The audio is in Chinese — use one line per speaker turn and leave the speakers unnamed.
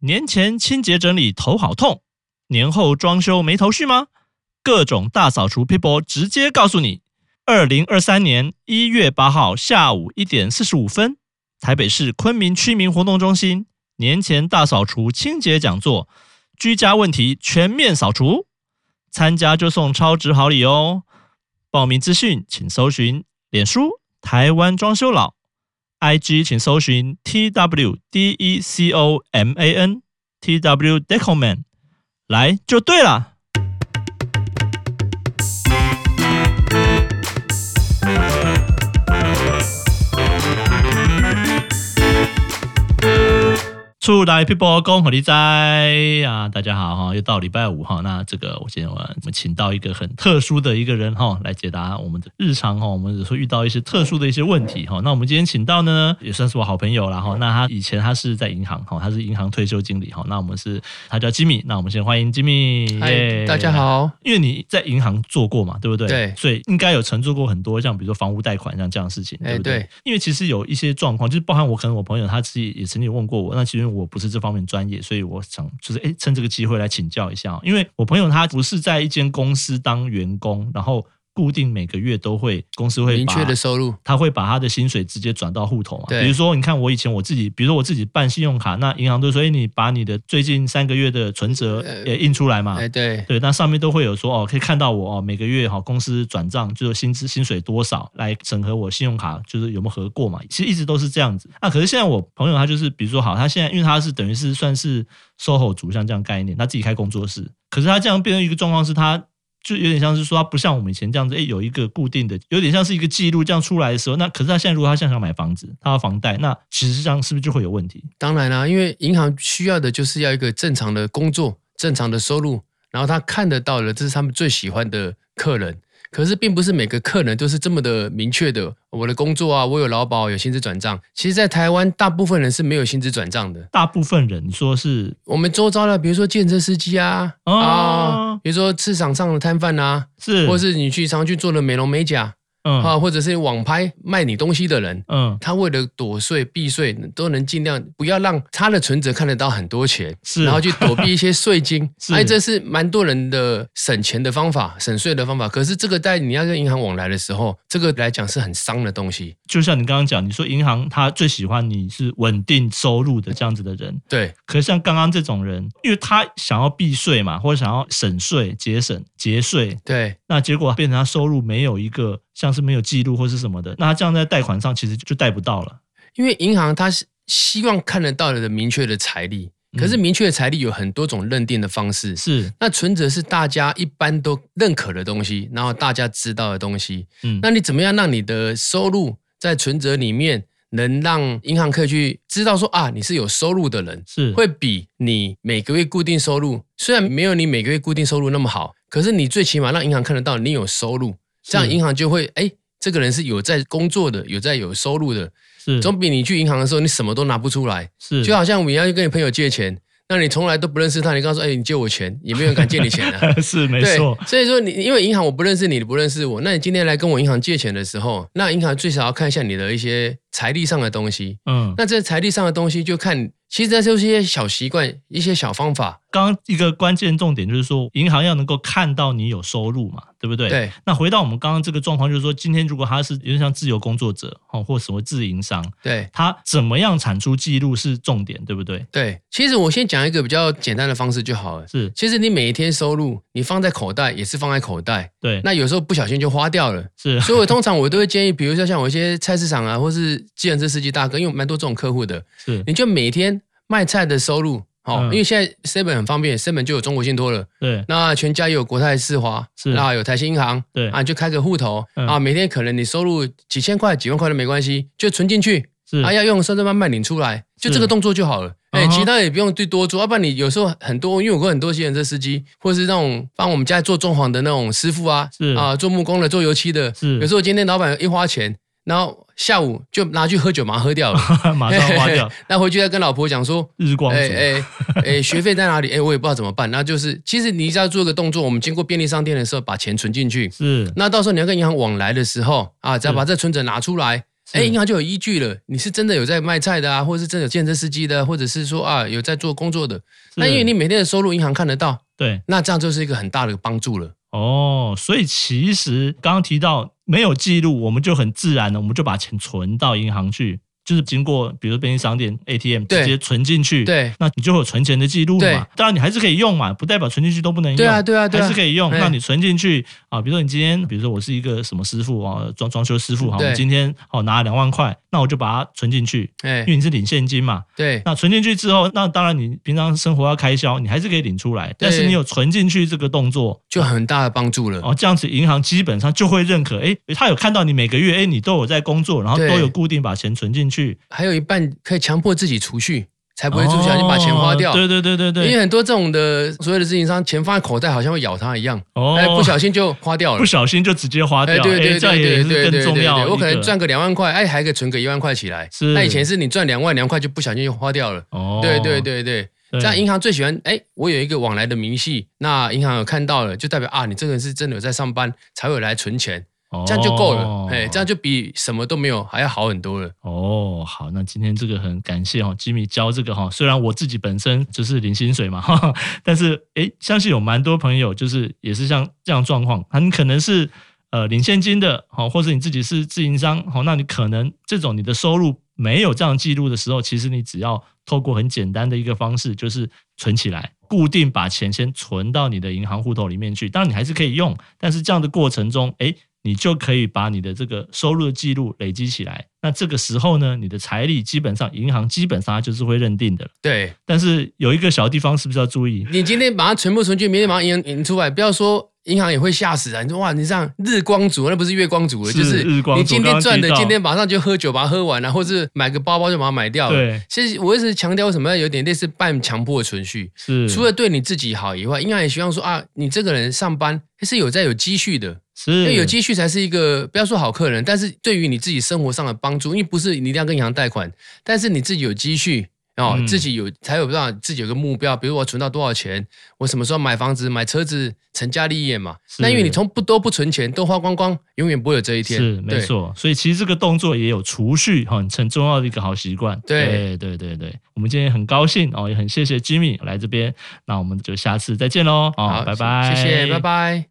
年前清洁整理头好痛，年后装修没头绪吗？各种大扫除 people 直接告诉你，二零二三年一月八号下午一点四十五分，台北市昆明区民活动中心年前大扫除清洁讲座，居家问题全面扫除，参加就送超值好礼哦！报名资讯请搜寻脸书台湾装修佬，IG 请搜寻 T W D E C O M A N T W Decoman，来就对了。出来 people 恭贺你在啊！大家好哈，又到礼拜五哈。那这个我今天我们请到一个很特殊的一个人哈，来解答我们的日常哈，我们有时候遇到一些特殊的一些问题哈。那我们今天请到呢，也算是我好朋友了哈。那他以前他是在银行哈，他是银行退休经理哈。那我们是他叫吉米，那我们先欢迎吉米。
嗨，
耶
大家。好。
因为你在银行做过嘛，对不对？
对
所以应该有承做过很多像比如说房屋贷款像这样的事情，
哎
对不对？
对
因为其实有一些状况，就是包含我可能我朋友他自己也曾经问过我，那其实我不是这方面专业，所以我想就是哎趁这个机会来请教一下哦，因为我朋友他不是在一间公司当员工，然后固定每个月都会公司会
明
把
确的收入，
他会把他的薪水直接转到户头嘛。
对
比如说，你看我以前我自己，比如说我自己办信用卡，那银行都说，哎，你把你的最近三个月的存折
呃
也印出来嘛。
哎，对，
对，那上面都会有说哦，可以看到我哦，每个月哈、公司转账就是薪资薪水多少来审核我信用卡就是有没有合过嘛，其实一直都是这样子。那、可是现在我朋友他就是，比如说好，他现在因为他是等于是算是 SOHO 族像这样概念，他自己开工作室，可是他这样变成一个状况是他。就有点像是说，他不像我们以前这样子，诶，有一个固定的，有点像是一个记录这样出来的时候，那可是他现在如果他现在想买房子，他要房贷，那其实这样是不是就会有问题？
当然啦、因为银行需要的就是要一个正常的工作、正常的收入，然后他看得到的，这是他们最喜欢的客人。可是，并不是每个客人都是这么的明确的。我的工作啊，我有劳保，有薪资转账。其实，在台湾，大部分人是没有薪资转账的。
大部分人你说是
我们周遭的，比如说建设司机啊，
哦
啊，比如说市场上的摊贩啊，
是，
或是你去常去做的美容美甲
嗯
啊，或者是网拍卖你东西的人，
嗯
他为了躲税避税，都能尽量不要让他的存折看得到很多钱，
是，。
然后去躲避一些税金
是
哎，这是蛮多人的省钱的方法、省税的方法。可是这个在你要跟银行往来的时候，这个来讲是很伤的东西。
就像你刚刚讲，你说银行他最喜欢你是稳定收入的这样子的人，
对
可是像刚刚这种人，因为他想要避税嘛，或者想要省税、节省、节税，
对，
那结果变成他收入没有一个像是没有记录或是什么的，那他这样在贷款上其实就贷不到了。
因为银行它是希望看得到的明确的财力，可
嗯
是明确的财力有很多种认定的方式。
是，
那存折是大家一般都认可的东西，然后大家知道的东西。
嗯，
那你怎么样让你的收入在存折里面能让银行可以去知道说啊，你是有收入的人，
是
会比你每个月固定收入虽然没有你每个月固定收入那么好，可是你最起码让银行看得到你有收入，这样
是
银行就会哎。这个人是有在工作的，有在有收入的，
是
总比你去银行的时候你什么都拿不出来。
是
就好像我们要去跟你朋友借钱，那你从来都不认识他，你跟他说：“哎、你借我钱，也没有人敢借你钱啊。”
是没
对
错，，
所以说你因为银行我不认识你，你不认识我，那你今天来跟我银行借钱的时候，那银行最少要看一下你的一些财力上的东西。
嗯，
那这财力上的东西就看，其实这就是一些小习惯、一些小方法。
刚刚一个关键重点就是说，银行要能够看到你有收入嘛，对不对？
对
那回到我们刚刚这个状况，就是说，今天如果他是有点像自由工作者哦，或什么自营商，
对
他怎么样产出记录是重点，对不对？
对，其实我先讲一个比较简单的方式就好了。
是
其实你每一天收入，你放在口袋也是放在口袋，
对，
那有时候不小心就花掉了。
是
所以我通常我都会建议，比如说像我一些菜市场啊，或是计程车司机大哥，因为我蛮多这种客户的，
是，
你就每天卖菜的收入，哦，
嗯
因为现在 seven 很方便，seven 就有中国信托了，
对
那全家也有国泰世华，
是
那有台新银行，
对
啊，你就开个户头、
嗯
啊，每天可能你收入几千块、几万块都没关系，就存进去，
是
啊，要用甚至慢慢领出来，就是这个动作就好了。哎、
嗯哼
其他也不用最多做，要啊不然你有时候很多，因为我跟很多计程车司机，或是那种帮我们家做装潢的那种师傅啊
是，
啊，做木工的、做油漆的，
是
有时候今天老板一花钱，然后下午就拿去喝酒，马上喝掉了，
马上花 掉
那回去再跟老婆讲说，
日光族，
哎 哎哎，学费在哪里？哎、我也不知道怎么办。那就是，其实你只要做个动作，我们经过便利商店的时候，把钱存进去。
是
那到时候你要跟银行往来的时候啊，只要把这存折拿出来，哎，银行就有依据了，你是真的有在卖菜的啊，或者是真的有健身司机的啊，或者是说啊有在做工作的，那因为你每天的收入银行看得到，
对
那这样就是一个很大的帮助了。
哦，所以其实刚刚提到没有记录，我们就很自然的，我们就把钱存到银行去，就是经过比如便利商店 ATM
对
直接存进去，，
对，
那你就有存钱的记录嘛
对。
当然你还是可以用嘛，不代表存进去都不能用。
对啊，对啊，对
还
啊，
是可以用。
哎
那你存进去啊，比如说你今天，比如说我是一个什么师傅啊，装装修师傅哈，
对
我今天哦拿了两万块，那我就把它存进去，
哎
因，为你是领现金嘛。
对，
那存进去之后，那当然你平常生活要开销，你还是可以领出来，但是你有存进去这个动作
就很大的帮助了。
哦，这样子银行基本上就会认可，诶，他有看到你每个月诶，你都有在工作，然后
对
都有固定把钱存进去，
还有一半可以强迫自己储蓄，才不会不小心把钱花掉。
哦对对对对
因
对，
为很多这种的所谓的自营商，钱放在口袋好像会咬它一样，
哦
哎、不小心就花掉了
不。小心就直接花
哎，
掉，
对对
诶这样
对
也
对对
是
对
更
对
重
对，
要一个。
我可能赚个两万块，哎，还可以存个一万块起来。
是
那以前是你赚两万，两块就不小心就花掉了。
哦，
对对对对，
对，
这样银行最喜欢，哎，我有一个往来的明细，那银行有看到了，就代表啊，你这个人是真的有在上班，才会有来存钱，这样就够了
哦。
哎，这样就比什么都没有还要好很多了。
哦，好，那今天这个很感谢哦，吉米教这个哈、虽然我自己本身就是领薪水嘛，哈哈，但是诶，相信有蛮多朋友就是也是像这样状况，很可能是呃领现金的，好、或者你自己是自营商，好、那你可能这种你的收入没有这样记录的时候，其实你只要透过很简单的一个方式，就是存起来，固定把钱先存到你的银行户头里面去，当然你还是可以用，但是这样的过程中，诶，你就可以把你的这个收入的记录累积起来。那这个时候呢，你的财力基本上银行基本上它就是会认定的了。
对，
但是有一个小地方是不是要注意？
你今天把它全部存进，明天把它引引出来，不要说银行也会吓死啊！你说哇，你这样日光族那不是月光族了，
是
就是
日光族
你今天
刚
赚
刚提
的
到，
今天马上就喝酒把它喝完了、啊或是买个包包就把它买掉了。
对，
其实我一直强调，为什么要有点类似半强迫存续？
是
除了对你自己好以外，银行也希望说啊，你这个人上班是有在有积蓄的，因
是
为有积蓄才是一个不要说好客人，但是对于你自己生活上的帮助，因为不是你一定要跟银行贷款，但是你自己有积蓄哦，
嗯
自己有才有让自己有个目标，比如我存到多少钱，我什么时候买房子、买车子，成家立业嘛。
是
那因为你从不都不存钱，都花光光，永远不会有这一天。
是没
对，
错，所以其实这个动作也有储蓄哈很很重要的一个好习惯。哎
对
对对对对，我们今天很高兴哦，也很谢谢 Jimmy 来这边，那我们就下次再见喽。哦，
好，
拜拜，
谢谢，拜。拜。